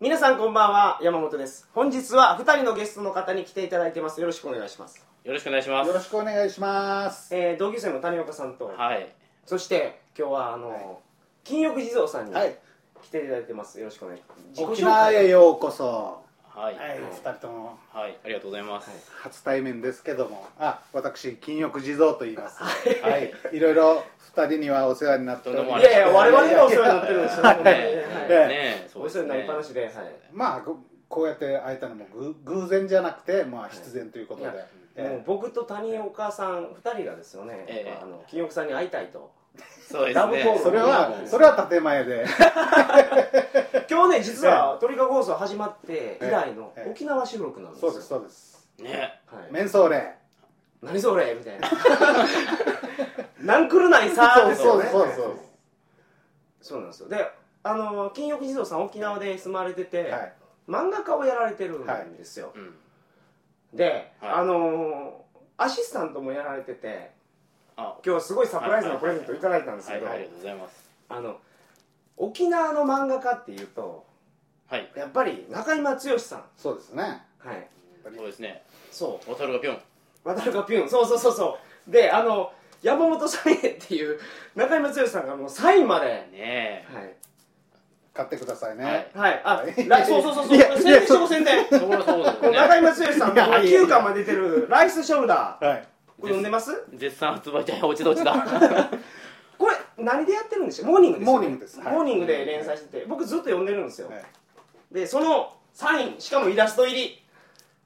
皆さんこんばんは山本です本日は2人のゲストの方に来ていただいてますよろしくお願いします、よろしくお願いしますよろしくお願いします。えー同級生の谷岡さんと、はいそして今日はあの、はい金欲地蔵さんにはい、来ていただいてますよろしくお願いします沖縄へようこそ。はいはい、二人ともはいありがとうございます初対面ですけども、あ、私金欲地蔵と言います。はい、はい、いろいろ二人にはお世話になっておりまとんいすでもやいや我々がお世話になってるんですよ、ねねはいねお世話になりっぱなしで、はい、まあ、ぐこうやって会えたのもぐ偶然じゃなくて、まあ必然ということで。はいもうえ僕と谷岡さん2人がですよね、ええやっぱあの金欲さんに会いたいとそうですダブねコールえそれは、それは建前で。今日ね実はトリカゴ放送始まって以来のええ沖縄収録なんですそようです、そうです。ねはい面相令。何それみたいな なんくるないさーでそうすそようねそうそう。そうなんですよであの金欲児童さん沖縄で住まれてて、はい、漫画家をやられてるんですよ、うんで、はいあのーアシスタントもやられててあ今日はすごいサプライズのプレゼントいただいたんですはけいどありがとうございますあの沖縄の漫画家っていうとはいやっぱり中居正剛さんそうですね。はいそうですねそボトルがピョンう渡るかピュンそうそうそうそうであの山本さんへっていう中居正剛さんがもうサインまでねはい買ってくださいね。はいはい、あは、いライそうそうそうそう、いや宣伝してこう宣伝。えそこはそうですこのよ中ね井松義さんのいやいやいや9巻まで出てるライスショルダー。はい。これ飲んでます？絶賛発売じゃ落ちど落ちだこれ何でやってるんでしょう？モーニングですよね。モーニングですはいモーニングで連載してて、僕ずっと読んでるんですよは。いで、そのサイン、しかもイラスト入り、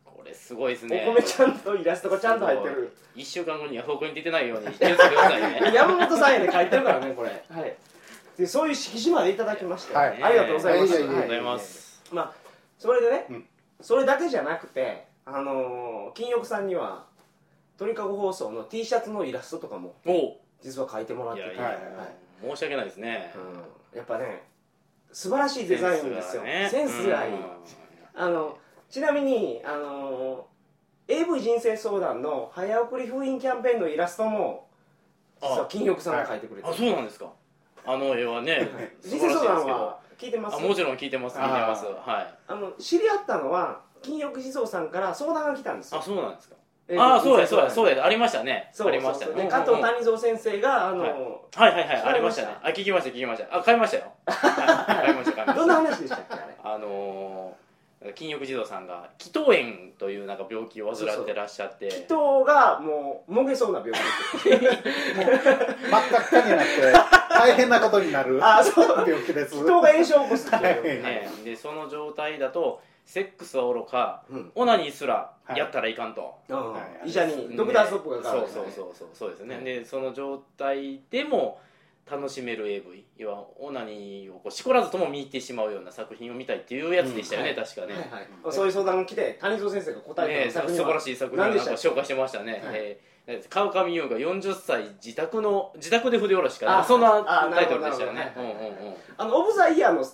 これすごいですおね米ちゃんとイラストがちゃんと入ってる。一週間後にはこに出てないように気をつけてくださいね山本さんへで書いてるからね、これ。はい。で、そういう色紙までいただきまして、はいありがとうございます。いやいやありがとうございはますまあそれでね、うんそれだけじゃなくてあのー金欲さんには鳥かご放送の T シャツのイラストとかもお実は書いてもらっいててやいはやい申し訳ないですねうん、やっぱね素晴らしいデザインですよセンスがいい、あのちなみにあのー AV 人生相談の早送り封印キャンペーンのイラストも実は金欲さんが書いてくれてあるそうなんですかあの絵はね素人晴生らしい相で談すけどは聞いてますあもちろん聞いてます聞いてますはいあの知り合ったのは金欲地蔵さんから相談が来たんですあよそうなんですかえーああそうやそうやそそうやありましたねうありましたそうそうねうでんうん加うん藤谷蔵先生があの、はいはいはいはい聞かあれりままししたたねあ聞きました聞きましたあ買いましたよはい買いました買いまどしんなた話でしたっけあれあのー金欲児童さんが気頭炎というなんか病気を患ってらっしゃって祈祷がもうもげそうな病気真っ赤っかになって大変なことになるあそう病 気です。祈祷が炎症を起こすっていう、ねでその状態だとセックスはおろかうんオナニーすらやったらいかんと、うんはい医者にドクターストップがかかる、ねそうそうそうそうそうですね、はいでその状態でも楽しめる AV 要はオナニーをこうしこらずとも見入ってしまうような作品を見たいっていうやつでしたよね、うん確かね、はいはいあそういう相談が来て谷蔵先生が答えねた作品素晴は、らしい作品を何なんでかしたっけ紹介してましたね、はいえー川上優が40歳自宅の自宅で筆下ろしかあなそんなあタイトルでしたよなるねほどなるほどうんうんうんあのオブ・ザ・イヤーの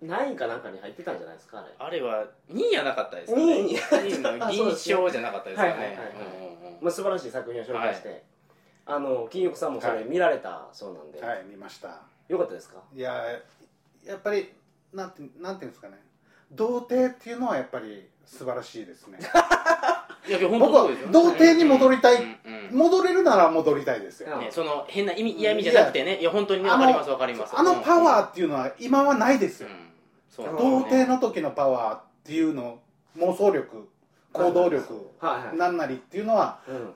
何位かなんかに入ってたんじゃないですかあれあれは2位やなかったですか2位に2位の銀賞じゃなかったですかはいはいねはいはいうんうんうんまあ、素晴らしい作品を紹介して、あの金玉さんもそはれい見られたそうなんで、はい、見ました。よかったですかいや、やっぱり、なんて、なんていうんですかね。童貞っていうのはやっぱり素晴らしいで すね。いや本当僕はそうですよ童貞に戻りたい。うんうん戻れるなら戻りたいですよ。ね、その変な意味嫌味じゃなくてねいや本当にねあわのかりますわかりますあのパワーーっていうのは今はないですよ。そううん童貞のの時のパワーっていうの、妄想力、行動力、はいはい、なんなりっていうのは、うん、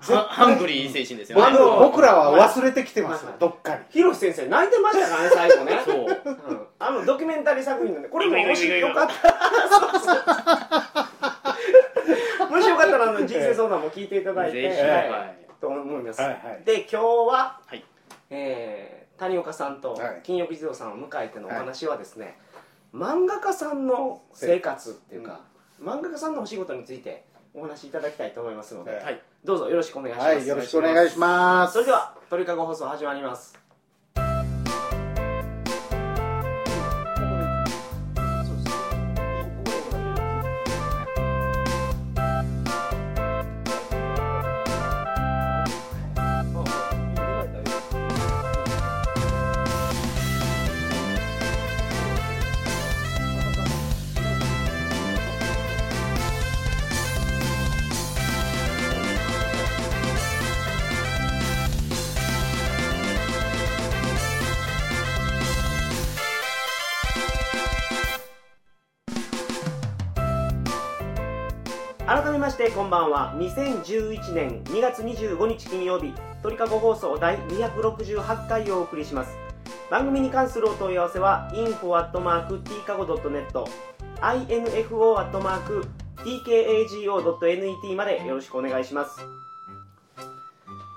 ハハングリー精神ですよあねの僕らは忘れてきてますはよい、どっかに。広瀬先生泣いてましたからね最 後ねそううんあのドキュメンタリー作品なんでこれももしよかったらもしよかったらあの人生相談も聞いていただいて、ぜひはいはいと思います、はいはいで今日は、はいえー谷岡さんとはい金欲児童さんを迎えてのお話はですね、漫画家さんの生活っていうか、漫画家さんのお仕事についてお話しいただきたいと思いますので、はいはいどうぞよろしくお願いします、はい、よろしくお願いします。それでは鳥かご放送始まりますはい、改めましてこんばんは2011年2月25日金曜日鳥かご放送第268回をお送りします番組に関するお問い合わせは info.tkago.net info.tkago.net までよろしくお願いします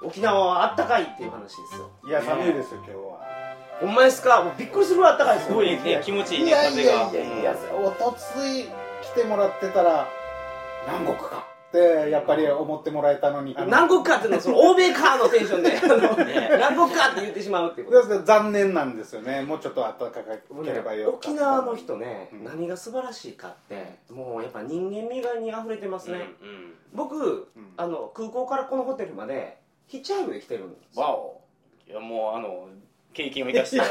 沖縄はあったかいっていう話ですよいや寒いですよ今日はほんまですかもうびっくりするぐらいあったかいですすごいね気持ちいいいねや風いがやいやいやおとつい来てもらってたら南国かってやっぱり思ってもらえたのにあの南国かっていうのはその欧米かのテンションであの ね南国かって言ってしまうっていうこでとすから残念なんですよねもうちょっと暖かければよかった沖縄の人ね、うん何が素晴らしいかってもうやっぱ人間味がに溢れてますね、うんうん僕うんあの空港からこのホテルまでヒッチハイクで来てるんですよわおいやもうあの経験を生かして は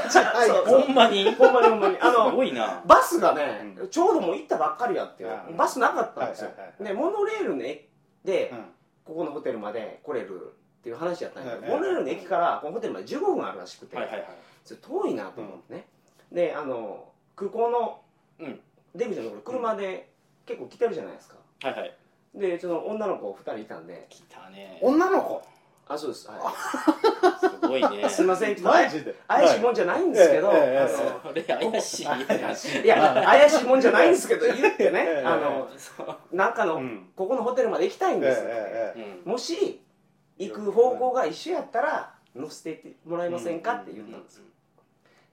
いそうそうほんまにほんまにほんまにあすのごいなバスがね、うんちょうどもう行ったばっかりやってうんバスなかったんですよ、はいはいはいはでモノレールの駅で、うんここのホテルまで来れるっていう話やったんやけど、はいはいモノレールの駅からこのホテルまで15分あるらしくて、はいはいはいそれ遠いなと思ってね、であの空港のうん出口のところ車で結構来てるじゃないですか、はいはいでちょっと女の子2人いたんで来たね女の子あそうです、はすごいねい、すいませんちょっと マジで怪しいもんじゃないんですけど、はいええええあの それ怪しい怪しいいや、怪しいもんじゃないんですけど、言ってね え、えあの、そうなんかの、うんここのホテルまで行きたいんえですよ、ええええうんもし、行く方向が一緒やったら、乗せていってもらえませんかって言ったんですよ。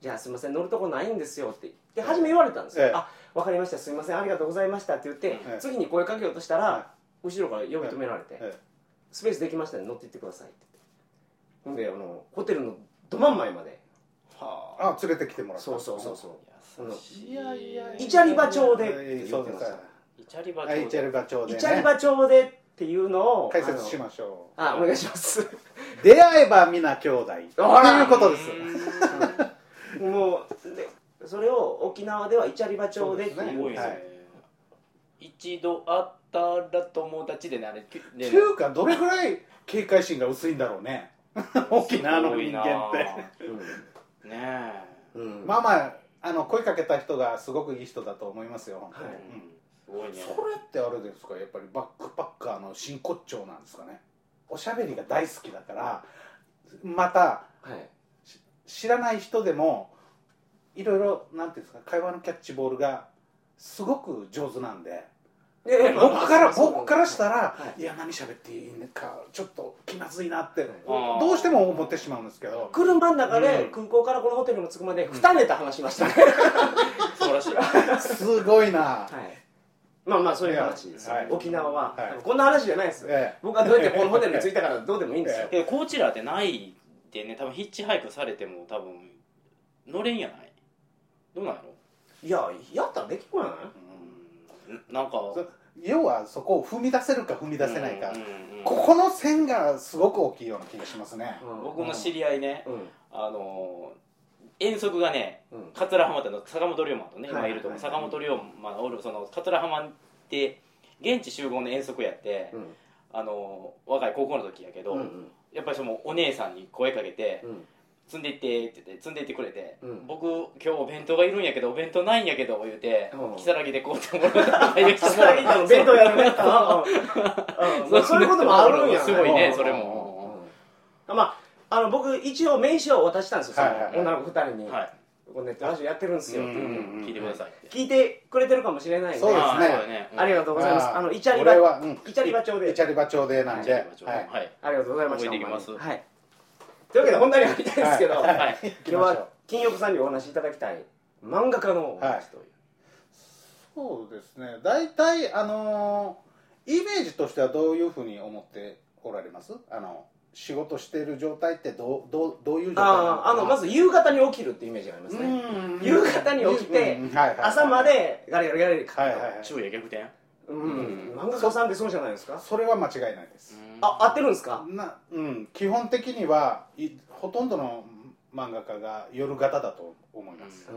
じゃあ、すいません、乗るとこないんですよって言って、初め言われたんですよ。ええあ、わかりました、すいません、ありがとうございましたって言って、ええ次に声かけようとしたらは、後ろから呼び止められて、えスペースできましたね、乗っていってくださいって言って。ほんで、あの、ホテルのど真ん前まで、はあ連れてきてもらったそうそうそうそう。あ優しいやいやイチャリバ町でええそうですねイチャリバはいイチャリバ町でイねチャリバ町でっていうのを解説しましょうあのあお願いします 出会えば皆兄弟ということですもうでそれを沖縄ではイチャリバ町でってそうすいごういんね、ですよは一度会ったら友達でなれきてでいうかどれぐらい警戒心が薄いんだろうね 沖縄の人間っててねえ、うんうんまあまああの声かけた人がすごくいい人だと思いますよ、本当にはいうん、すそごいねれってあれですかやっぱりバックパッカーの真骨頂なんですかねおしゃべりが大好きだからまたはい知らない人でもいろいろなんていうんですか会話のキャッチボールがすごく上手なんでいやいやまあ 僕からそう僕からしたら、、はいや何喋っていいのかちょっと気まずいなってあーどうしても思ってしまうんです けど車の中でうん空港からこのホテルに着くまで2ネタ話しましたね、素晴らしいすごいな、はいまあまあそういう話ですよ、はい沖縄は、はいこんな話じゃないですよ、え僕はどうやってこのホテルに着いたからどうでもいいんです よ、けどこちらってないでね多分ヒッチハイクされても多分乗れんやないどうなんやろいややったらできっこないうんなんかそえ要はそこを踏み出せるか踏み出せないか、うんうんうんここの線がすごく大きいような気がしますね、うん僕の知り合いねうんあのー遠足がねうん桂浜っての坂本龍馬とね今いるとこはいはいはい坂本龍馬のおるその桂浜って現地集合の遠足やって、うんあのー若い高校の時やけど、うんやっぱりそのお姉さんに声かけてうん「積んでいって」って言って積んでいってくれて「うん僕今日お弁当がいるんやけどお弁当ないんやけど」言うてうん如月でこうってもらってさすがにの弁当やるねう んうんそういうこともあるんやすごいねうんそれうも、んまあ、あの僕一応名刺を渡したんですよ、そのはいはいはい女の子2人に、はこうネットラジオやってるんですい、よ、うんうんうん聞いてくださいって聞いてくれてるかもしれないんでそうですねああだねありがとうございますあーのイチャリバ俺は、うん、イチャリバ町でイチャリバ町でなんで、ははいい、はいありがとうございました覚えていきますほんにはい、というわけで本題に入りたいんですけど、はいはい行今日きましょうは金翼さんにお話しいただきたい漫画家のお話という、そうですね大体あのーイメージとしてはどういうふうに思っておられますあの仕事している状態ってどうどうどういう状態なあああのまず夕方に起きるっていうイメージがありますね、うん夕方に起きてうんはいはいはい朝までガリガリガリ書くと、はいはいはい昼夜逆転うん、漫画家さんってそうじゃないですかそれは間違いないです、あ合ってるんですかなうん、基本的にはいほとんどの漫画家が夜型だと思います、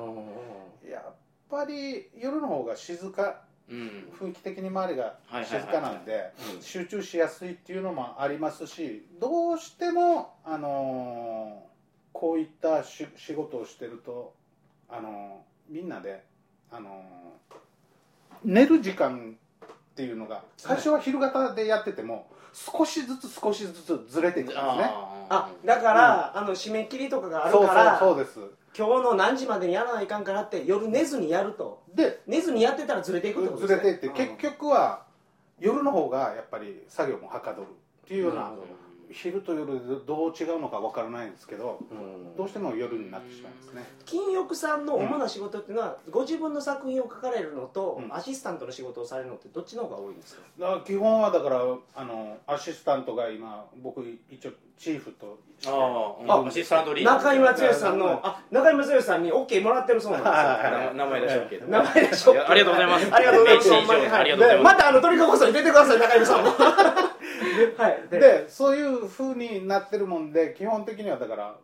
やっぱり夜の方が静かうん雰囲気的に周りがはいはいはい静かなんでうん集中しやすいっていうのもありますしどうしても、あのーこういったし仕事をしてると、あのーみんなで、あのー寝る時間っていうのが最初は昼型でやってても少しずつ少しずつずれていくんですねああだから、あの締め切りとかがあるそうからそうそうです今日の何時までにやらないかんからって夜寝ずにやるとで寝ずにやってたらずれていくってことずでれす、ね、ていってうん結局は夜の方がやっぱり作業もはかどるっていうようななるほど昼と夜でどう違うのかわからないんですけどうんどうしても夜になってしまいますね金翼さんの主な仕事っていうのは、ご自分の作品を書かれるのと、うんアシスタントの仕事をされるのってどっちの方が多いんですかだから基本はだからあのアシスタントが今僕一応チーフとしてああアシスタントリーダー中居正剛さんの中あ中居正剛さんに OK もらってるそうなんですよな名前出しょうけど名前でしょいやありがとうございますありがとうございます名ほ刺ん以ま上にはいありがとうございますでまたあの鳥かごさんに出てください中居さんもはいででそういうふうになってるもんで基本的にはだから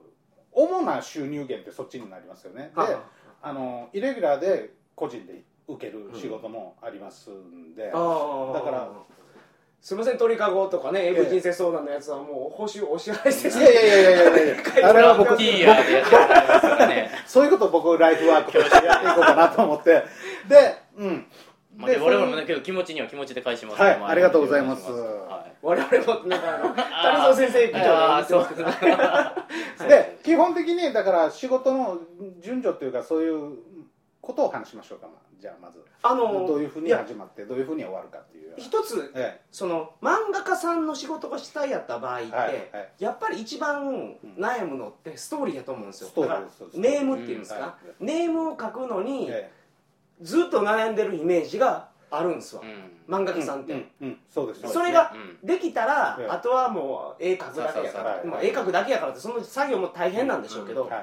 主な収入源ってそっちになりますよねではあのイレギュラーで個人で受ける仕事もありますんで、ああだからすみません鳥かごとかねエブ人生相談のやつはもう報酬お支払いしていやいやいやいやいやいやあれは僕ティーヤーでやってもらいますからね そういうことを僕ライフワークとしてやっていこうかなと思ってでうんまあでで我々もだけど気持ちには気持ちで返しますはいまありがとうございますはい我々もなんかあ の谷蔵先生以上ああでそう言ってますけどで基本的にだから仕事の順序というかそういうことを話しましょうかじゃあまずあどうのいうふうに始まってどういうふうに終わるかっていうような一つえその漫画家さんの仕事が主体やった場合って、えはいはいやっぱり一番悩むのってストーリーだと思うんですよストーだリーからですネームっていうんですか、ネームを書くのにえずっと悩んでるイメージがあるんですわ、うん漫え画家さんって、うんうんうんそうですうですねそれがうんできたら、ええあとはもう絵描くだけやかそうそうらそうまあ絵描くだけやからってその作業も大変なんでしょうけど、は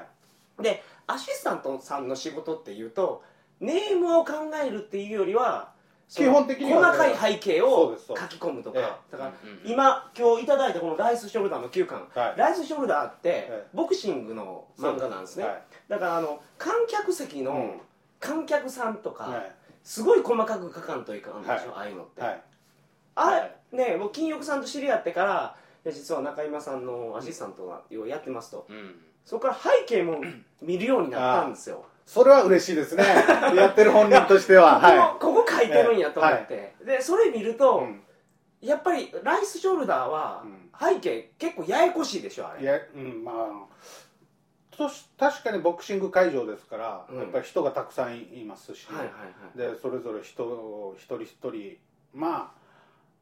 いでアシスタントさんの仕事っていうとネームを考えるっていうよりはその基本的には細かい背景そうをです書そうですき込むとか、えだから、うんうん今今日いただいたこのライスショルダーの9巻、はいライスショルダーってええボクシングの漫画なんですね、はいだからあの観客席うのん観客さんとか、はいすごい細かく書かんといかんでしょ、ああいうのって、はいあはいねもう金翼さんと知り合ってからいや実は中今さんのアシスタントをやってますと、うんそこから背景も見るようになったんですよそれは嬉しいですねやってる本人とし てははここここ書いてるんやと思って、でそれ見るいと、うんやっぱりライスショルダーはうん背景結構ややこしいでしょあれいやうんまあとし確かにボクシング会場ですから、うんやっぱり人がたくさんいますし、はいはいはいでそれぞれ人を一人一人まあ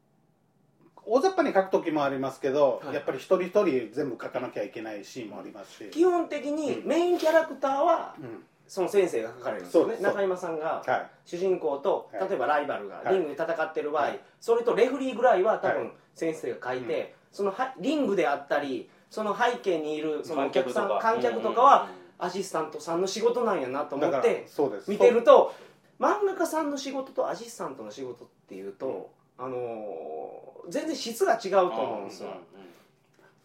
大雑把に書く時もありますけど、はいやっぱり一人一人全部書かなきゃいけないシーンもありますし、基本的にうんメインキャラクターはうんその先生が書かれるんですよそうねです中山さんがはい、主人公とはい例えばライバルがはいリングで戦ってる場合、はいそれとレフリーぐらいは多は分先生が書いて、そのはリングであったりその背景にいるそのお客さん観客とかはアシスタントさんの仕事なんやなと思だかっらてそうです見てると漫画家さんの仕事とアシスタントの仕事っていうと、あのー全然質が違うとうん思うんですよ。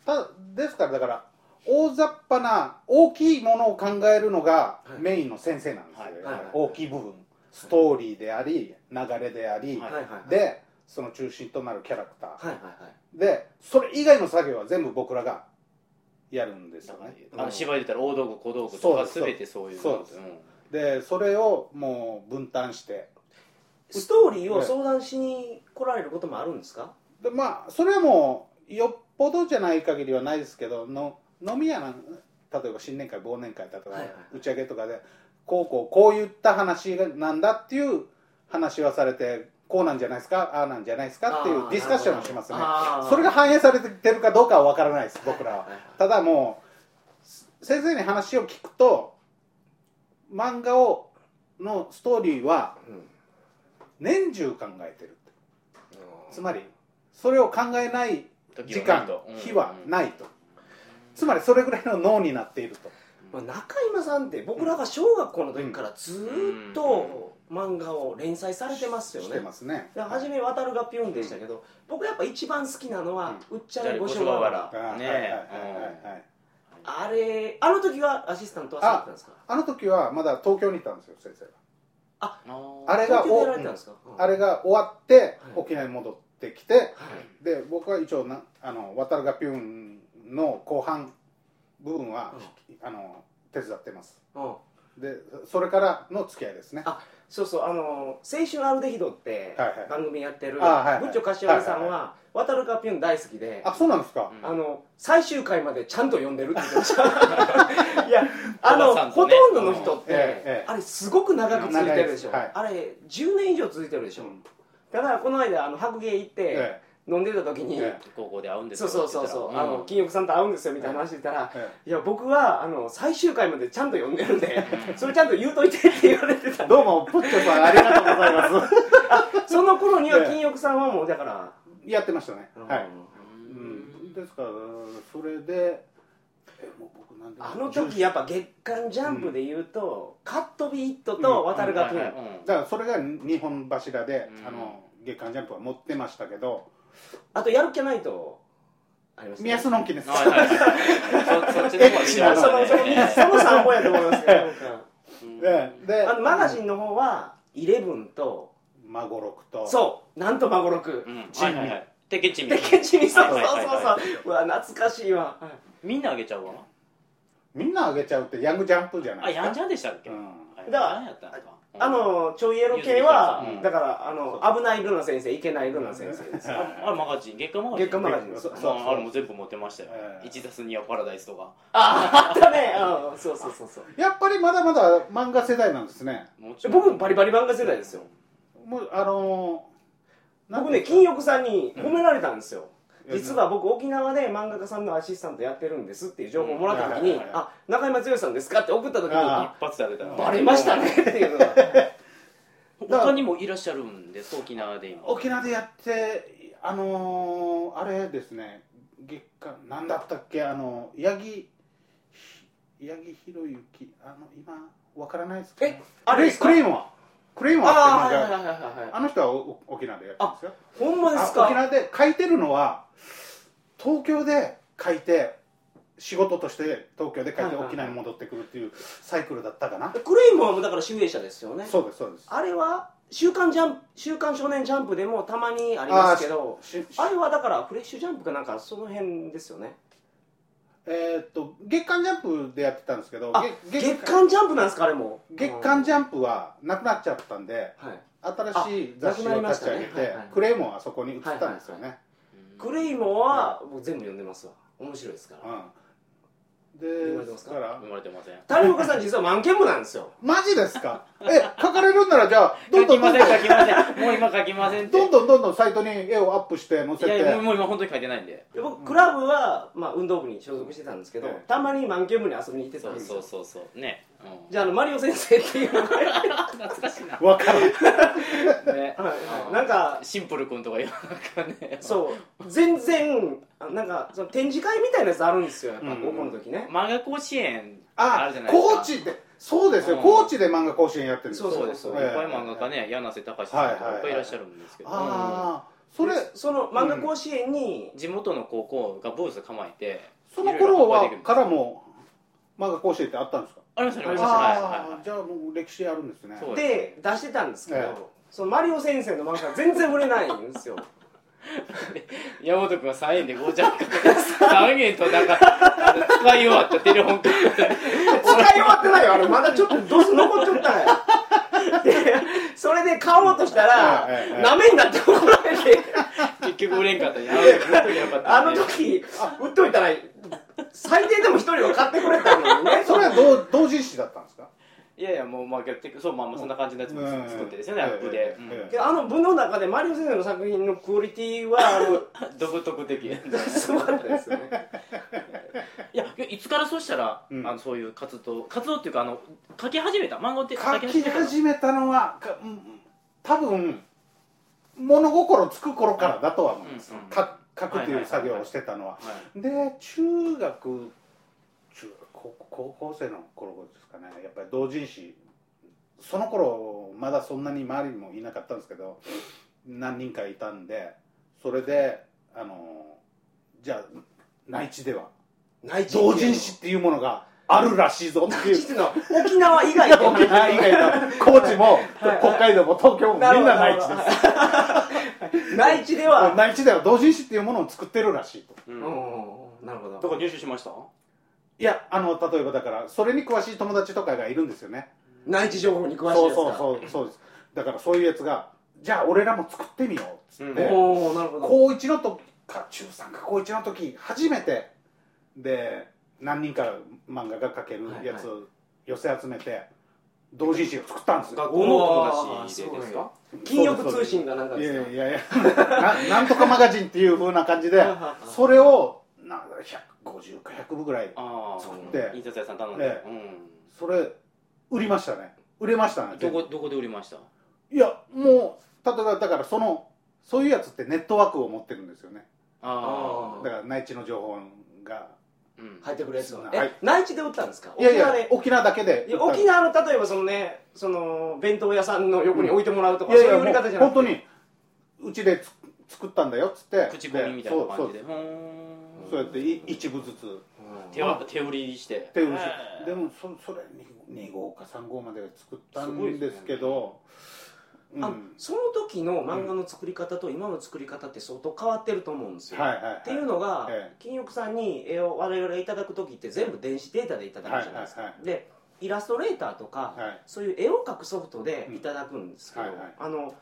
たですからだから大雑把な大きいものを考えるのがはいメインの先生なんですよ、はいはい大きい部分ストーリーであり流れであり、はいはいはいはいでその中心となるキャラクター、はいはいはいでそれ以外の作業は全部僕らがやるんですだよからねあの芝居で言ったら大道具小道具とかそうです全てそういうそこうとですうんでそれをもう分担してストーリーを相談しに来られることもあるんですか、でまあそれはもうよっぽどじゃない限りはないですけどの飲み屋なん例えば新年会忘年会だとはか、いはい打ち上げとかでこうこうこういった話なんだっていう話はされてこうなんじゃないですかああなんじゃないですかっていうディスカッションをしますねそれが反映されてるかどうかは分からないです僕らはただもう先生に話を聞くと漫画をのストーリーは年中考えてるってつまりそれを考えない時間日はないとつまりそれぐらいの脳になっているとまあ、中今さんって僕らが小学校の時からずーっと漫画を連載されてますよしねてますねで初め渡るがピュンでしたけど、僕やっぱ一番好きなのは「うっちじゃゃあれご五所所川川原原はいはいねはいはいえうん」はいあれあの時はアシスタントはされてたんですかあの時はまだ東京にいたんですよ先生があれ東が京でやられてたんですか、うんあれが終わって沖縄に戻ってきてはいで僕は一応なあの渡るがピュンの後半部分は、あの手伝ってますうんでそれからの付き合いですねあそうそうあの「青春アルデヒド」ってはいはい番組やってるあはいはいブッチョ柏木さんはいは渡るかぴゅん大好きであそうなんですか、うんあの最終回までちゃんと読んでるって言ってま したいやあの、おばさんほとねとんどの人って、うんええええあれすごく長く続いてるでしょ、長いですあれ10年以上続いてるでしょ、ただこの間あの白芸行って、え飲んでた時に、え高校で会うんですそうよそうそうそう、って言あったらの金翼さんと会うんですよみたいな話してたら、ええいや僕はあの最終回までちゃんと読んでるんで それちゃんと言うといてって言われてた えどうもプッチョさんありがとうございますその頃にはええ金翼さんはもうだから、やってましたねあのはい、うん うん、ですからそれでえもう僕なんであの時やっぱ月刊ジャンプで言うと、カットビーットと渡る学園、うんだからそれが日本柱で、うんあの月刊ジャンプは持ってましたけどあとやる気ないとありましたね宮洲のんきですはいはいはいそ そっちの方が見 いやてまそのしたねそのその3本やと思いますけどなんかうんええ であのマガジンの方はイレブンと孫六とそうなんと孫六うんチはミいはいはい鉄拳チミでケンチミそうそうそうはいはいはそううわ懐かしいわはいみんなあげちゃうわみんなあげちゃうってヤングジャンプじゃなあいですかやんじゃんでしたっけうあんやだんじからゃんやったのかうんあのちょいエロ系は、うんだからあの危ないルナ先生いけないルナ先生です、ああれマガジン月刊マガジン月刊マガジンそまうあそうあれも全部持ってましたよええ1たす2はパラダイスとか ああったねうんそうそうそうそうやっぱりまだまだ漫画世代なんですねもちでろん僕バリバリ漫画世代ですよもうあのーなん僕てねい金うんですか翼さんに褒められたんですよ、うん実は僕沖縄で漫画家さんのアシスタントやってるんですっていう情報をもらった時うにんは「いはいはいあ中山剛さんですか?」って送った時にああ一発で当てたらバレましたねっていうの が他にもいらっしゃるんです沖縄で今沖縄でやってあのーあれですね月刊なんだったっけあの八木八木博之あの今わからないですかえあれですかクレイモアクレイモアあーってはいいうはのいがはいはいはあの人はお沖縄でやってるんですよいほんまですあ沖か縄で書いてるのは東京で書いて仕事として東京で書いはいてはい沖縄に戻ってくるっていうサイクルだったかな、クレイモアもだから集英社ですよねそうですそうですあれは週刊ジャンプ「週刊少年ジャンプ」でもたまにありますけどししあれはだからフレッシュジャンプかなんかその辺ですよねえーっと月刊ジャンプでやってたんですけどあげ月刊ジャンプなんですかあれも月刊ジャンャンプはなくなっちゃったんでプ、はい、新しい雑誌あなをくなりま立したちね上げて、はいはいクレイもあそこに移ったんですよね、クレイモアは僕全部読んでますわ面白いですから言われうんてでますすかから生まれてません谷岡さん実は満見部なんです よマジですかえ書かれるんならじゃあど書んどきんどまんせどん書きませんもう今書きませんってんどんどんどんサイトに絵をアップして載せいやていやもう今本当に書いてないんでで僕クラブは、まあ、運動部に所属してたんですけど、ええたまに満見部に遊びに行ってたそんうですそようそうそうねうんじゃああのマリオ先生っていうのが、はい懐かしいなわからんねはい、なんかシンプル君とかいうなんかねそう全然あなんかその展示会みたいなやつあるんですよやっぱうん高校の時ね、漫画甲子園ああるじゃないですか高知でそうですよ、うん高知で漫画甲子園やってるんですそうそうですそうですええいっぱい漫画家ね柳瀬隆さんとかいっぱいいらっしゃるんですけどああそれでその漫画甲子園に、地元の高校がブース構えてその頃いろいはろ運ばれてくるんですからも漫画甲子園ってあったんですかありましたありましたはいはいあはあじゃあもう歴史あるんですねそうで出してたんですけど、えそのマリオ先生の漫画全然売れないんですよい山本君は3円で5ジャン3円となんかあの使い終わったテレホンカードで 使い終わってないよあれまだちょっとどうせ残っちゃったから でそれで買おうとしたらええええなめになって怒られて結局売れんかったんや山本君本当にやばかっ たあんので時売っといたら最低でも一人は買ってくれたのにね それは同同人誌だったんですかいやいやもうまあ結局そうまあまあそんな感じのやつもうん作ってですよねアップでうんうんであの文の中でマリオ先生の作品のクオリティは あ独特的のすごかったですよねいやいつからそうしたら、うんあのそういう活動活動っていうかあの書き始めた漫画って書きたの始めたのはかうん多分物心つく頃からだとは思いますうんうんか書くっていう作業をしてたのははいで中学中高高校生の頃ですかねやっぱり同人誌その頃まだそんなに周りにもいなかったんですけど何人かいたんでそれであのじゃあ内地では内地同人誌っていうものがあるらしいぞっていう実の沖縄以外で沖縄以外の高知もはい北海道も東京もみんなるほどな内地ですす 内地では内地では同人誌っていうものを作ってるらしいとううんんなだるほかどら入手しましたいやあの例えばだからそれに詳しい友達とかがいるんですよね内地情報に詳しいそやうつそうそうそうですだからそういうやつがじゃあ俺らも作ってみようっつって、うんおおなるほど高1の時か中3か高1の時初めてで何人か漫画が描けるやつを寄せ集めて同人誌を作ったんですよ学校の友達でですか金欲通信がなんかいですやかいやいやななんとかマガジンっていう風な感じではいはいはいそれをな150か100部ぐらいああ作って印刷屋さん頼んでえ、うんそれ売りましたね売れましたねどこどこで売りましたいやもう例えばだからそのそういうやつってネットワークを持ってるんですよねあああだから内地の情報がうん入ってくるやつははいえ内地で売ったんですかいやいや沖縄で沖縄だけでいや沖縄の例えばそのねその弁当屋さんの横に置いてもらうとか、いやそういいやう売り方じゃなもうくて本当にうちでつ作ったんだよっつって口コミみたいな感じででほーそんうそうそうやってい一部ずつ手は手売りして手打ちへーでもそそれに2号か3号まで作ったすごいんでですねすけどうんあその時の漫画の作り方と今の作り方って相当変わってると思うんですよ、はいはいはいっていうのが、ええ金翼さんに絵を我々がいただく時って全部電子データでいただくじゃないですか、はいはいでイラストレーターとか、はいそういう絵を描くソフトでいただくんですけど、うんはいはいあの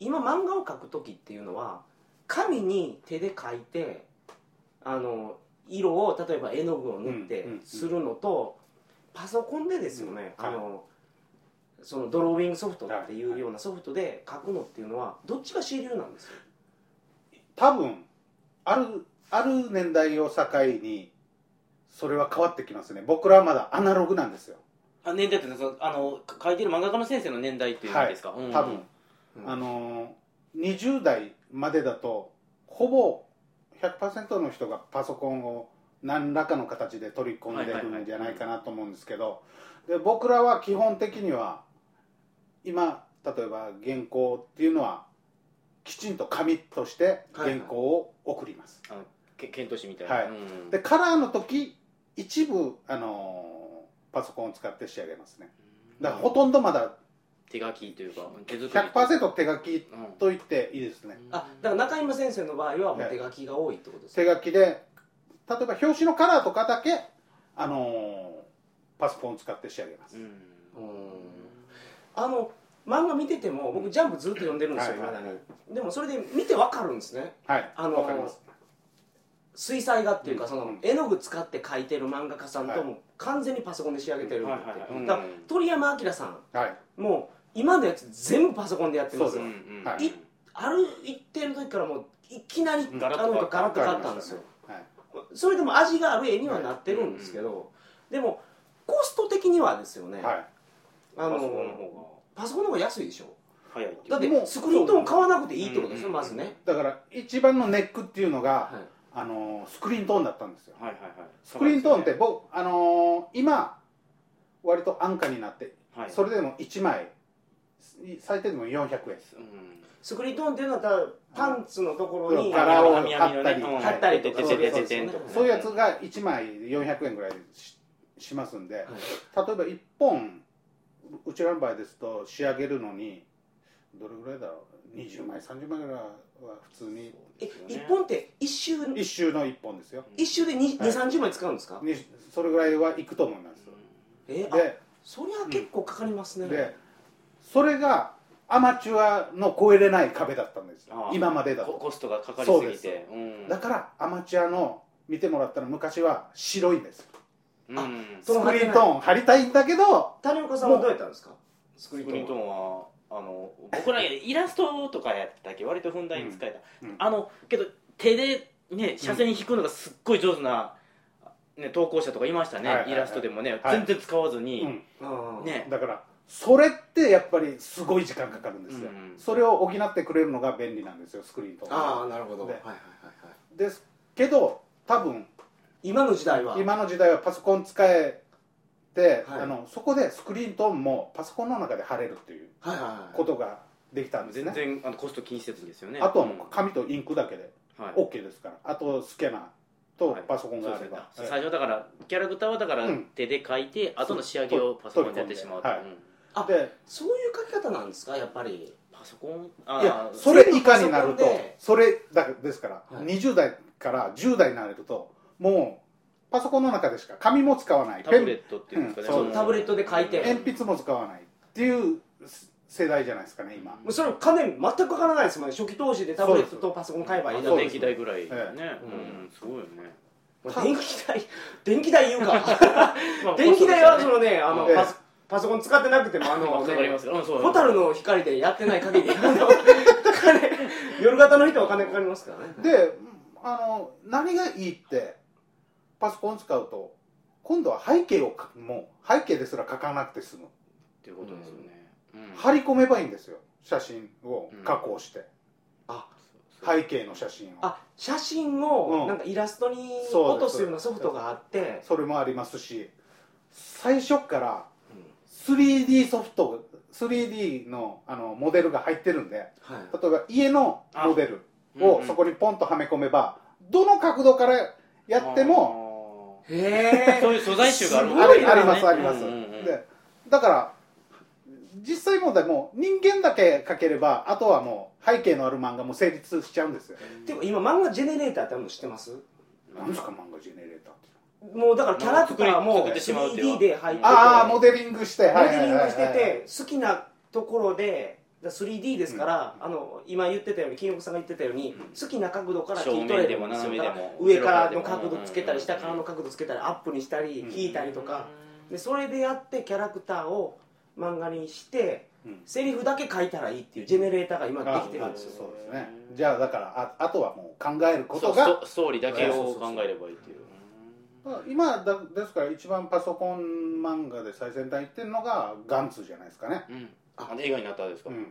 今漫画を描く時っていうのは紙に手で描いてあの色を例えば絵の具を塗ってうんうんうんするのと、パソコンでですよね、うんはいあのそのドローイングソフトっていうようなソフトで描くのっていうのはどっちが主流なんですか多分あるある年代を境にそれは変わってきますね僕らはまだアナログなんですよあ年代ってそのあのか書いてる漫画家の先生の年代っていうんですか、うん多分、うんあのー20代までだとほぼ100%の人がパソコンを何らかの形で取り込んでるんじゃないかなと思うんですけど、で僕らは基本的には今例えば原稿っていうのはきちんと紙として原稿を送ります、け遣唐使みたいな、はいうんでカラーの時一部、あのーパソコンを使って仕上げますねだからほとんどまだ手書きというか手作り100%手書きと言っていいですねあだから中山先生の場合はもう手書きが多いってことですか、手書きで例えば表紙のカラーとかだけ、あのーパソコンを使って仕上げます、うんうんあの漫画見てても僕ジャンプずっと読んでるんですよ、はいはい未だにでもそれで見てわかるんですねはいあのーわかります水彩画っていうかうんそのうん絵の具使って描いてる漫画家さんはといも完全にパソコンで仕上げてるのってはいはいはいうんだから鳥山明さはいんもう今のやつ全部パソコンでやってますうよんうんはいある一定の時からもういきなりガラッと変わったガラッと変わったんですよはいそれでも味がある絵にはなってるんですけどでもコスト的にはですよねはいあのパソコンのー方パソコンの方が安いでしょが早いっていうだってもうスクリーントーン買わなくていいってことですよ、うんまずね、だから一番のネックっていうのが、はい、あのースクリーントーンだったんですよはいはいはいスクリーントーンってそう僕、あのー今割と安価になって、なんですそよねれでも1枚最低でも400円ですはいうんスクリーントーンっていうのはただパンツのところに柄をあの網網のね貼ったりうん貼ったりとかててそうてですてててんとかねそういうやつが1枚400円ぐらいししますんで、はい例えば1本うちらの場合ですと仕上げるのにどれぐらいだろう20枚30枚ぐらいは普通にえ一本って一周1周の1本ですよ一周で2はい三3 0枚使うんですか、にそれぐらいはいくと思いますえーあでそりゃ結構かかりますね、でそれがアマチュアの超えれない壁だったんですああ今までだコとコストがかかりそうすでぎすてうんだからアマチュアの見てもらったら昔は白いんですうんそスうクリーントーン貼りたいんだけど谷岡さんはどうやったんですかスクスリークントリーーンントーンはあの僕らイラストとかやったっけ割とふんだんに使えた、うんうんあのけど手でね斜線に引くのがすっごい上手な、ね、投稿者とかいましたね、はいはいはいイラストでもね、はい全然使わずうに、んあーねだからそれってやっぱりすごい時間かかるんですよ、うんそれを補ってくれるのが便利なんですよスクリーントーンあーなるほど、ではいはいはいはい、ですけど多分今の時代は今の時代はパソコン使えて、はいあのそこでスクリーントーンもパソコンの中で貼れるっていうはいはいはいことができたんです全ね然あのコスト気にせずですよねあとはうんもう紙とインクだけではい OK ですからあとスキャナーとパソコンがあれば、そうですね最初だからキャラクターはだからうん手で書いて、後の仕上げをパソコンでやってしまうと、はいうんあでそういう書き方なんですかやっぱりパソコンいやああそれ以下になパるソコンとでそれだけですから、はい20代から10代になれるともうパソコンの中でしか紙も使わないタペブンレットっていうんですかね、うんそうのタブレットで書いて鉛筆も使わないっていう世代じゃないですかね今もうそれも金全くかからないですもんね初期投資でタブレットとパソコン買えばいいだそけうで電気代ぐらいね、えうんすごいよね、もう電気代電気代言 うかまあ電気代はそのねあのええパソパソコン使ってなくてもあまあのかかりますねからうんそうホタルの光でやってない限りあの 金 夜型の人は金かかりますからねであの何がいいってパソコン使うと今度は背景をかもう背景ですら書かなくて済むっていうことですよね、うん張り込めばいいんですよ写真を加工して、そう背景の写真をあ写真うをんなんかイラストにそう落ですとすようなソフトがあってそれもありますし最初から、3D ソフト 3D のあのモデルが入ってるんではい例えば家のモデルうんをうんそこにポンとはめ込めば、どの角度からやってももへあーえそういう素材集があるすもんごあいりなありますあります、うんうんうんでだから実際問題もう人間だけ描ければあとはもう背景のある漫画も成立しちゃうんですよていうか今漫画ジェネレーターってあるの知ってます何ですか漫画ジェネレーターってもうだからキャラクターももう作り作ってしまうっていう 3D で入っててああモデリングしてモデリングしてはいはいはいて好きなところでだから 3D ですから、あの今言ってたように金岡さんが言ってたように、好きな角度から切り取れるんです正よ面でも斜めでもだから上からの角度つけたうんり下からの角度つけたりアップにしたりうん引いたりとか、でそれでやってキャラクターを漫画にしてうんセリフだけ書いたらいいっていうジェネレーターが今できてるんですよあそうですねじゃあだからああとはもう考えることそうがストストーリーだけを考えればいいっていうまあ今だですから一番パソコン漫画で最先端いってるのがガンツじゃないですかねうんあ映画になったんですかうんうん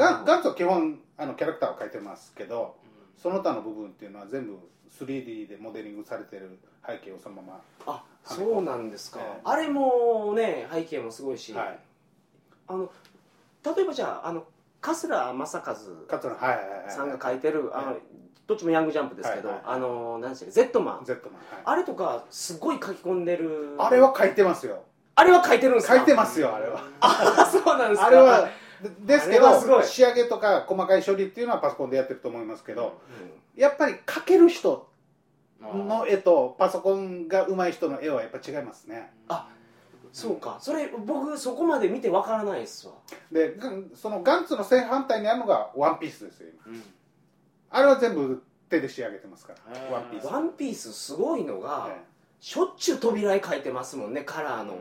ガあンガンツは基本あのキャラクターを描いてますけどうその他の部分っていうのは全部 3D でモデリングされてる背景をそのまあそうなんですか、はいあれもね背景もすごいし、まはいあの例えばじゃああの桂正和桂はいはいはいさんが書いてる、はいあのどっちもヤングジャンプですけど、はいはいあの何でしたっけゼットマン Z マンはいあれとかすごい書き込んでるあれは描いてますよあれは書いてるんですか描いてますよあれはあそうなんですかあれはでですけあれはすごどい仕上げとか細かい処理っていうのはパソコンでやってると思いますけどうやっぱり描ける人んの絵とパソコンが上手い人の絵はやっぱ違いますねあんそうかそれ僕そこまで見てわからないっすわでガンそのガンツの正反対にあるのがワンピースですよ今うんあれは全部手で仕上げてますからへーワンピースワンピースすごいのが、ええしょっちゅう扉絵描いてますもんねカラーの、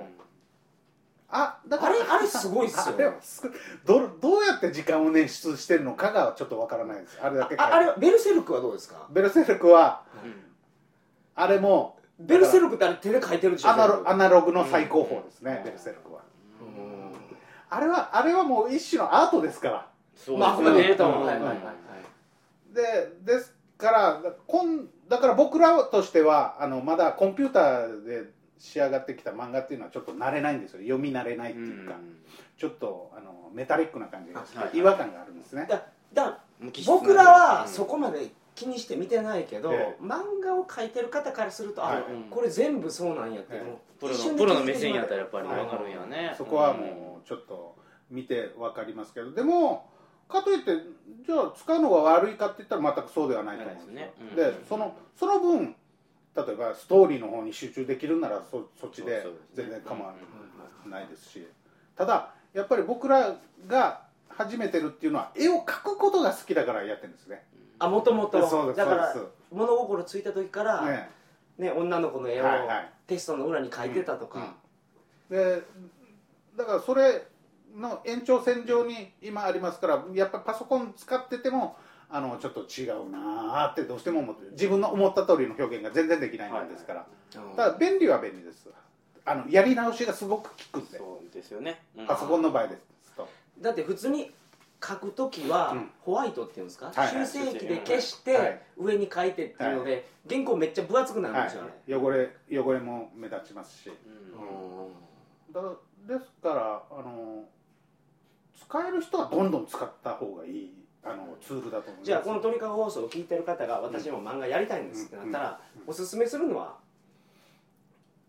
あだあれあれすごいっすよあれはすごいどどうやって時間を捻出してるのかがちょっとわからないですあれだけああれはベルセルクはどうですかベルセルクはうんあれもベルセルクってあれ手で描いてるでしょアナ全ロ部アナログの最高峰ですね、うんベルセルクはうんあれはあれはもう一種のアートですからそうまあここでです言うよねともはいはいはいうんはいでですからこんだから僕らとしてはあのまだコンピューターで仕上がってきた漫画っていうのはちょっと慣れないんですよ読み慣れないっていうか、ちょっとあのメタリックな感じがしてはいはい違和感があるんですね、だだから無機質な僕らはそこまで気にして見てないけど、え漫画を描いてる方からすると、はいあこれ全部そうなんやって、ええもプうロ一瞬のでプロの目線やったらやっぱりはい分かるんやねそこはもうちょっと見てわかりますけどでもかといってじゃあ使うのが悪いかって言ったら全くそうではないと思うんですよないですで,、ねうんそのその分例えばストーリーの方に集中できるならそそっちでそうそうですね全然構わないうんないですしただやっぱり僕らが始めてるっていうのは絵を描くことが好きだからやってるんですねあもともそうでとすだからそうで物心ついた時から、ねね女の子の絵をはいはいテストの裏に描いてたとか、でだからそれの延長線上に今ありますからやっぱりパソコン使っててもあのちょっと違うなーってどうしても思って自分の思った通りの表現が全然できないもんですから、うんただ便利は便利ですあのやり直しがすごく効くんでそうですよねうんパソコンの場合ですとだって普通に描く時は、うんホワイトっていうんですか、はいは修い正機で消して、はい上に描いてっていうので、原稿めっちゃ分厚くなるんですよね、はい、汚れ汚れも目立ちますしううんんだですからあの使える人はどんどん使った方がいいあのツールだと思いますじゃあこの鳥かご放送を聞いてる方が私も漫画やりたいんですってなったら、おすすめするのは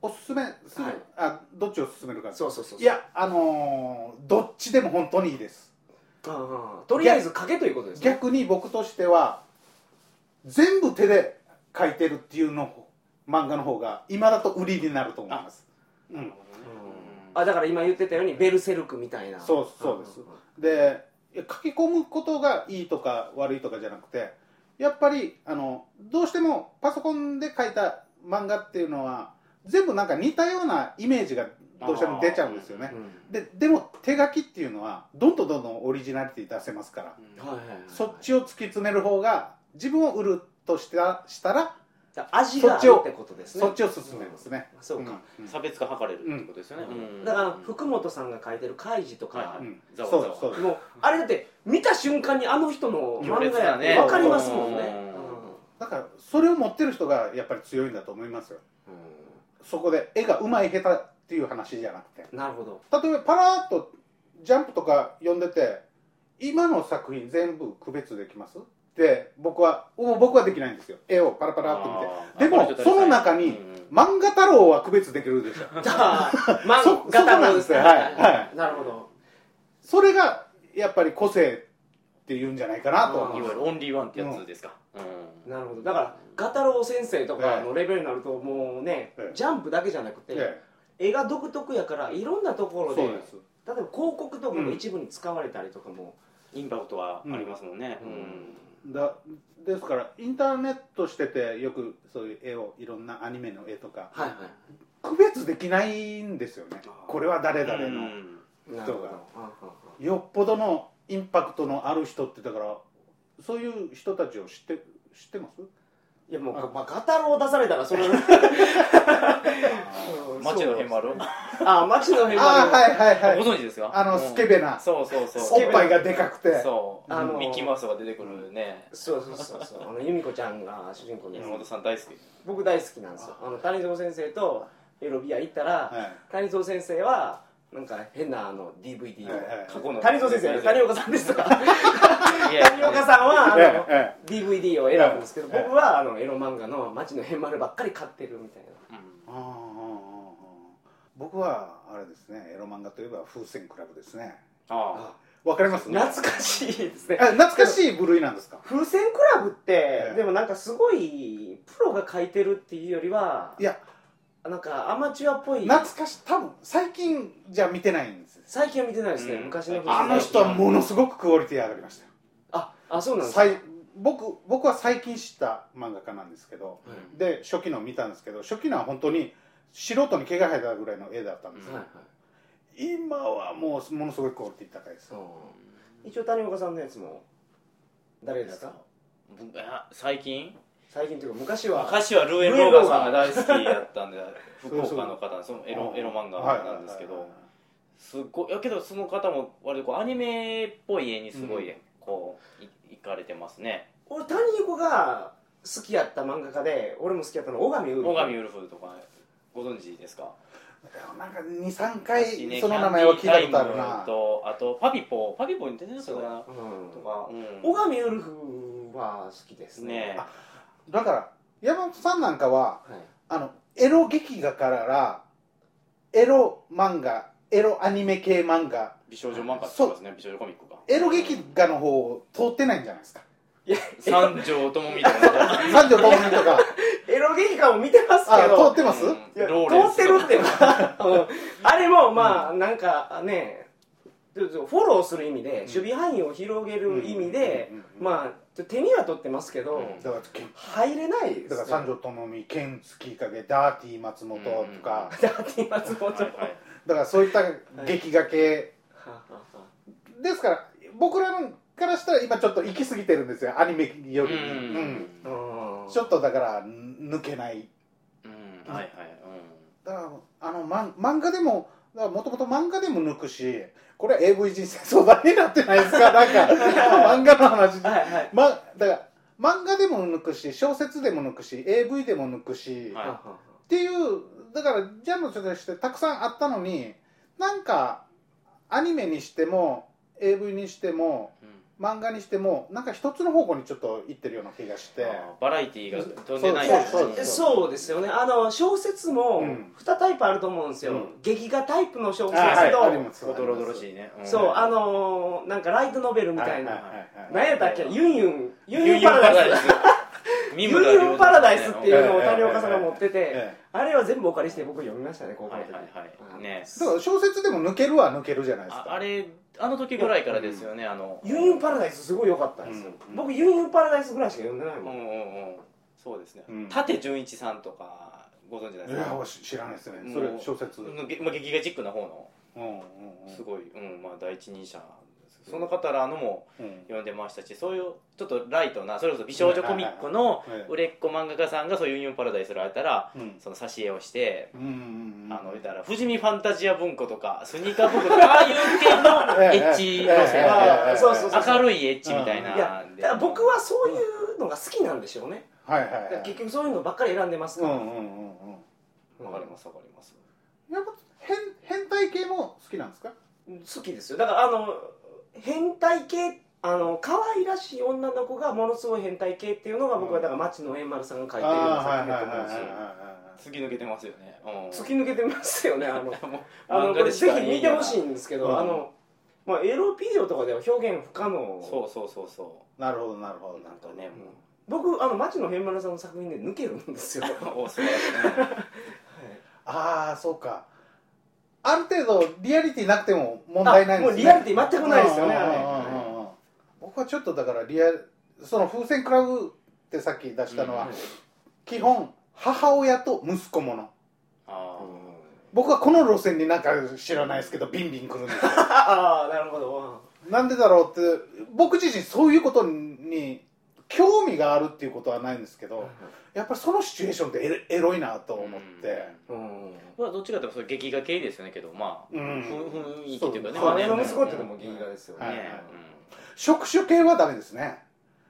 おすすめする、はいあどっちを勧めるかそうそうそういいやあのーどっちでも本当にいいですとりあえず書けということですね逆に僕としては全部手で書いてるっていうの漫画の方が今だと売りになると思います、うん、あだから今言ってたようにベルセルクみたいなそうそうですで書き込むことがいいとか悪いとかじゃなくてやっぱりあのどうしてもパソコンで書いた漫画っていうのは全部なんか似たようなイメージがどうしても出ちゃうんですよねうんででも手書きっていうのはどんどんどんどんオリジナリティ出せますからはいはいはいそっちを突き詰める方が自分を売るとしたしたらだから味があるってことですねそっちを進めますね、そうか、うんうん差別化図れるってことですよね、うんうんだから福本さんが書いてる「カイジ」とか、はいはいうんざわざそわうそうもうあれだって見た瞬間にあの人の行漫列画やだってね分かりますもんねだからそれを持ってる人がやっぱり強いんだと思いますようんそこで絵がうまい下手っていう話じゃなくてなるほ ど例えばパラーっとジャンプとか読んでて今の作品全部区別できますって僕はお僕はできないんですよ絵をパラパラっと見てあーでもあこれちょっとですねその中にうん漫画太郎は区別できるでしょじゃあそ漫そ画こなんですよはいはなるほどそれがやっぱり個性って言うんじゃないかなとあ思いいわゆまするオンリーワンってやつですか、うんなるほどだからガタロウ先生とかのレベルになるともうね、ええジャンプだけじゃなくて、え絵が独特やからいろんなところえでそう例えでば広す告とかの一部に使われたりとかも、インパクトはありますもんね、うんだですからインターネットしててよくそういう絵をいろんなアニメの絵とかはいは区別できないんですよねこれは誰々の、うんいなるほどあああよっぽどのインパクトのある人ってだからそういう人たちを知って知ってますいやもう、まあ、ガタロウ出されたらそれ 街の辺もある、ああ街の辺もああるあはいはいごは存い知ですかあのスケベなそうそうそうスケベおっぱいがでかくてそう、あのミッキーマウスが出てくるね、そうそうそうそうあの由美子ちゃんが主人公です山本さん大好き僕大好きなんですよあの谷蔵先生とエロビア行ったら、はい谷蔵先生はなんか変なあの DVD を、はいはい過去の谷蔵先生谷岡さんですとかいや谷岡さんはあの、えええ DVD を選ぶんですけど、ええ僕はあのエロ漫画の「街のへんまる」ばっかり買ってるみたいなうんああああああ僕はあれですねエロ漫画といえば風船クラブですねあわかります懐かしいですねあ懐かしい部類なんですか風船クラブって、ええでもなんかすごいプロが書いてるっていうよりはいやなんかアマチュアっぽい懐かしい多分最近じゃ見てないんです最近は見てないですね、うん昔の風船あの人はものすごくクオリティ上がりましたよああそうなんですか最僕僕は最近知った漫画家なんですけど、うんで初期の見たんですけど初期のは本当に素人に毛が生えたぐらいの絵だったんです、うんはいはい今はもうものすごいクオリティ高いです、そう一応谷岡さんのやつも誰ですか僕あ最近最近というか昔は歌詞はルエ・ローガさんが大好きやったんで福岡の方そのエロエロ漫画なんですけはいどすっごいやけどその方も割とこうアニメっぽい絵にすごいこうい行かれてますね俺谷岡が好きやった漫画家で俺も好きやったの小上う最上ウルフとかご存知ですかなんか23私ね回その名前は聞いたことあキャるンディータイなムとあとパピポパピポに出てるのかなうんとか、うん小上ウルフは好きですねねだから山本さんなんかははい、あのエロ劇画からエロ漫画エロアニメ系漫画美少女漫画って言いますね美少女コミックがエロ劇画の方を通ってないんじゃないですか三条ともみたいな三条友美 とかエロ劇館も見てますあけど通ってます、うんいやローレン通スってるっていうかうんあれもまあなんかねちょっとフォローする意味で、守備範囲を広げる意味で、うんうんうんまあちょ手には取ってますけど、うんだからけ入れないです、ね、だから三条智美剣月影ダーティー松本とか、ダーティー松本、はいはいだからそういった劇画系、ですから僕らからしたら今ちょっと行き過ぎてるんですよアニメよりに、 ううんんちょっとだから抜けないうんはいはいだからあの、ま、漫画でももともと漫画でも抜くしこれは AV 人生相談になってないですか なんか漫画の話はいはいま、だから漫画でも抜くし小説でも抜くし AV でも抜くし、はいっていうだからジャンルとしてたくさんあったのになんかアニメにしても AV にしてもうんうん漫画にしてもなんか一つの方向にちょっと行ってるような気がしてあーバラエティーが飛んでないいよやねそうですそうですよねあの小説もうん2タイプあると思うんですよ、うん劇画タイプの小説と、あはいありますおどろどろしいねんそうあのーなんかライトノベルみたいな、はいはいはいはい何やったっけユンユンユンユユンンユンパパララダダイイススユミニムラオンパラダイスっていうのをええ谷岡さんが持っててええあれは全部お借りして僕読みましたね高校はいのはい時はういんねだから小説でも抜けるは抜けるじゃないですあかあれあの時ぐらいからですよねあのユニオンパラダイスすごい良かったんですようん僕ユニオンパラダイスぐらいしか読んでないうんうもんんうんそうですねうん舘純一さんとかご存知ないいですかやし知らないですねそれ小説うんうんのげまあ劇画チックな方のうんすごいうんまあ第一人者ですけどその方らのもうん読んでましたしそういうちょっとライトなそれこそ美少女コミックのええ売れっ子漫画家さんがそういうユニオンパラダイスられたらうんその挿絵をしてうんうんうんあの言ったら富士見ファンタジア文庫とかスニーカー文庫とかああいう系のエッチ路え線えええあーそうそうそう明るいエッチみたいないやだから僕はそういうのが好きなんでしょうねはいはいだからはい結局そういうのばっかり選んでますうからんうんうんうんわかりますわかりますやっぱ変変態系も好きなんですか好きですよだからあの変態系あの可愛らしい女の子がものすごい変態系っていうのが僕はだから町野円丸さんが書いてるような作品だと思う突き抜けてますよねうんし突き抜けてますよね あのもうあのこれぜかひ見てほしいんですけうんどあのまあエロビデオとかでは表現不可能そうそうそうそなるほどなるほどうなんかねも僕あの町野円丸さんの作品で抜けるんですよはいうお素晴らしいねああそうかある程度リアリティなくても問題ないんあもですねうリアリティ全くないですよねうんうんあれうんうんうん僕はちょっとだからリアその風船クラブってさっき出したのうは、ん基本母親と息子ものあ僕はこの路線になんか知らないですけどビンビン来るん ですよああなるほどなんでだろうって僕自身そういうことに興味があるっていうことはないんですけどやっぱりそのシチュエーションってエロエロいなとあ思って、うんまあどっちかというとそれ劇画系ですよねけどまあうんふ雰囲気というかねそうまあね俺の息子っていうのも銀河ですよはいねね触手系はダメですね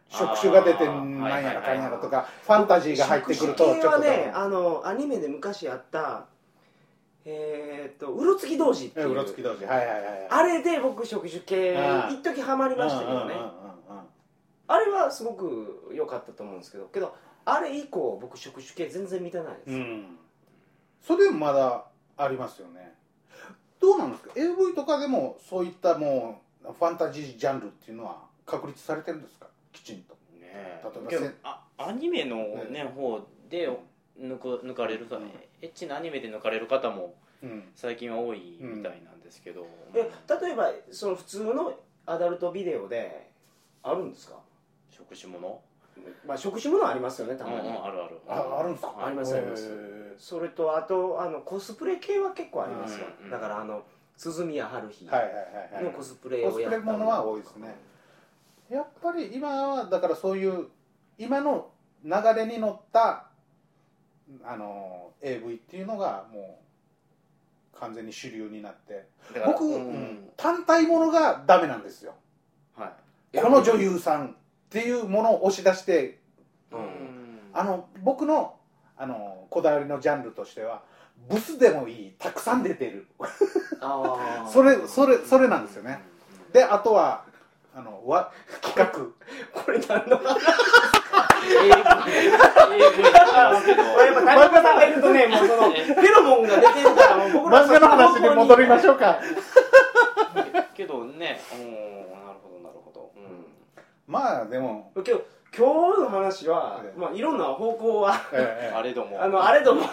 触手が出てなんやらかんやらとかファンタジーが入ってくると食ち事系ょっとはダメねあのアニメで昔あったえーっとうろつき童子っていえううろつき同士はいはいはいはいあれで僕食事系ああ一時ハマりましたけどねうんうんうんうんあれはすごく良かったと思うんですけどけどあれ以降僕食事系全然見てないです、うんそれでもまだありますよねどうなんですか AV とかでもそういったもうファンタジージャンルっていうのは確立されてるんですかきちんとうんねえ例えばけどせんあアニメのね方で抜く抜かれるかうんエッチなアニメで抜かれる方もうん最近は多いみたいなんですけどえ例えばその普通のアダルトビデオであるんですか、職種ものまあ、食事ものありますよねたうんまに、うんあるあるああるんですかありますありますへーそれとあとあのコスプレ系は結構ありますよ、うんうんだからあの鈴宮春日はいはいはいのはいコスプレをやったりコスプレものは多いですねやっぱり今はだからそういう今の流れに乗ったあの AV っていうのがもう完全に主流になってだから僕、うんうん単体ものがダメなんですよはいこの女優さんっていうものを押し出してうんあの僕のあのこだわりのジャンルとしてはブスでもいいたくさん出てるあーそれそれそれなんですよねであとはあのわ企画これ何の話英語になってますけどやっぱ谷岡さんがいるとねもうそのフェロモンが出てるからもう僕ら漫画の話に戻りましょうかけどねうんなるほどなるほどうまあでも、今日今日の話は、ええまあ、いろんな方向はえんえあれどもあのあれども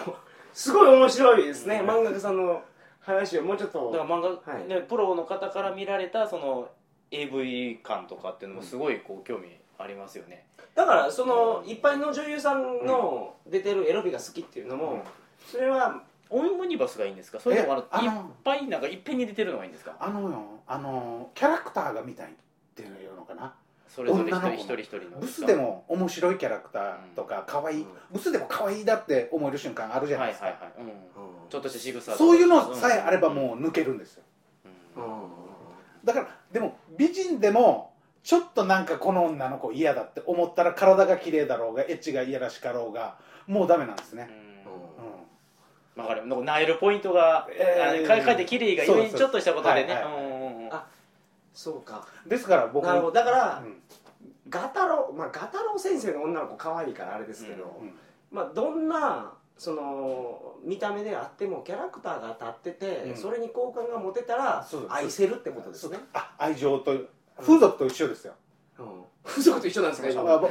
すごい面白いですね漫画家さんの話をもうちょっだとから漫画、はいね、プロの方から見られたその AV 感とかっていうのもすごいこう興味ありますよね、だからそのいっぱいの女優さんの出てるエロビが好きっていうのも、それはオンニバスがいいんですかそれともあのえあいっのぱいなんかいっぺんに出てるのがいいんですかあのよあのキャラクターが見たいっていうのかなそれぞれ一女の人子一人一人のブスでも面白いキャラクターとか可愛い、ブスでも可愛いだって思える瞬間あるじゃはないいはでいすか、はい、うん、ちょっとした仕草とかそういうのさえあればもう抜けるんですようん、ううんんだからでも美人でもちょっとなんかこの女の子嫌だって思ったら体が綺麗だろうがエッチが嫌らしかろうがもうダメなんですね、うんわかるなんかナイルポイントが、あえーのかかえってキレイがそうゆでえすにちょっとしたことでね、はいはいうんうんうんあそうかですから僕なるほどだから、うんガタロウまあガタロウ先生の女の子可愛いからあれですけど、うんまあどんなその見た目であってもキャラクターが立ってて、うんそれに好感が持てたらそうです愛せるってことですね、あ愛情と 風俗と一緒ですよ、うん、風俗と一緒なんですかあ今ぼ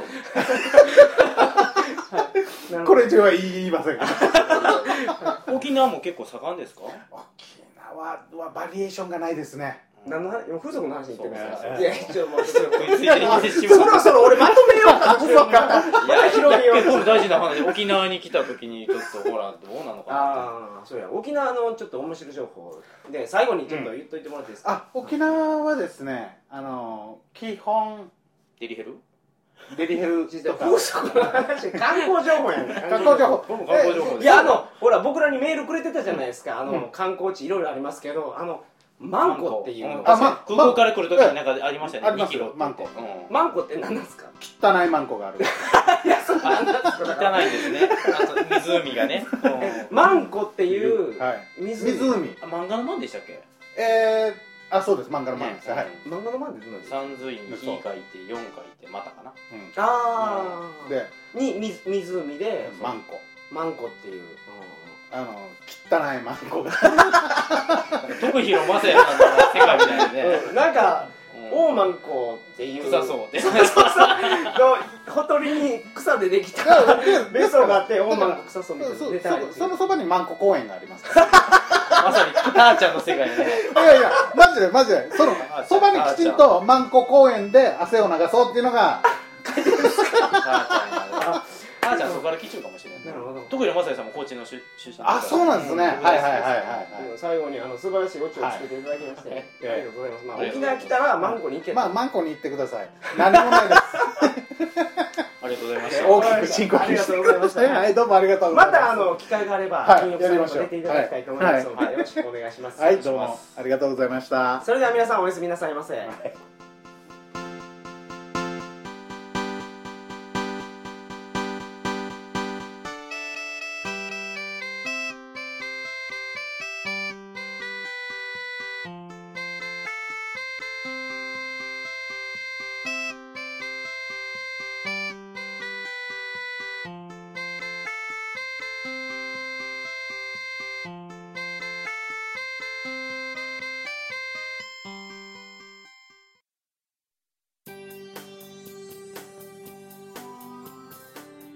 なるほこどれ以上は言いません沖縄も結構盛んですか沖縄はバリエーションがないですね何の話今風俗の話言ってますからそうそういや一応 もう食いついてる西そろ島そろ俺まとめようかとしてるそうかいや広げよう結構大事な話沖縄に来た時にちょっとほらどうなのかなああそうや沖縄のちょっと面白い情報で最後にちょっと言っといてもらっていいですか、あ沖縄はですねあの基本デリヘルデリヘル実とはか風俗の話観光情報やね観光情報僕も観光情報いですやあのほら僕らにメールくれてたじゃないですかあの、観光地いろいろありますけどあのマンコっていうのあ、あまま空港から来る時になんかありましたねあり2ますキロってマンコうん汚マンコって何なんですか汚いマンコがあるいやそうなんですかいですねあと湖がねうんマンコっていうはい湖,、湖あ漫画のマンでしたっけえー、あそうです漫画のマンです、はい、い漫画のマンでどうなんですか三髄に「火」書いて「四」書いて「また」かなうああん、でにみ湖でマンコマンコっていう、あの汚いマンコが徳弘正也さんの世界みたいなねうんなんかうん大マンコっていう臭そうでのほとりに草でできたベベソがあって大マンココ臭そうみたいなそのう出たりそそのそばにマンコ公園がありますからまさにターちゃんの世界でねいやいやマジでマジでそのそばにきちんとマンコ公園で汗を流そうっていうのがターちゃんがターちゃんそこから来ちゃうかもしれないなるほど徳弘正也さんも高知の出出身ですからあそうなんですね、うんはいはいはいはいは最後にあの素晴らしいオチをつけていただきまして、はいありがとうございます、まあ、ありが沖とうござ縄います来たらマンコに行けと、いまあマンコに行ってください何もないですありがとうございました 大きく深呼吸してくださいあはいどうもありがとうござまいますたあの機会があれば、はい金曜日にも出ていただきたいと思いますので、はいよろしくお願いします、はいどうもありがとうございましたそれでは皆さんおやすみなさいませ、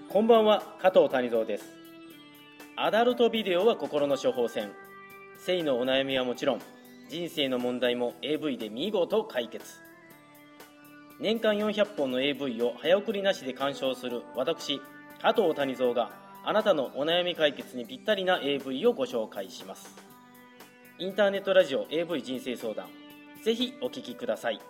こんばんは加藤谷蔵ですアダルトビデオは心の処方箋性のお悩みはもちろん人生の問題も AV で見事解決年間400本の AV を早送りなしで鑑賞する私加藤谷蔵があなたのお悩み解決にぴったりな AV をご紹介しますインターネットラジオ AV 人生相談ぜひお聞きください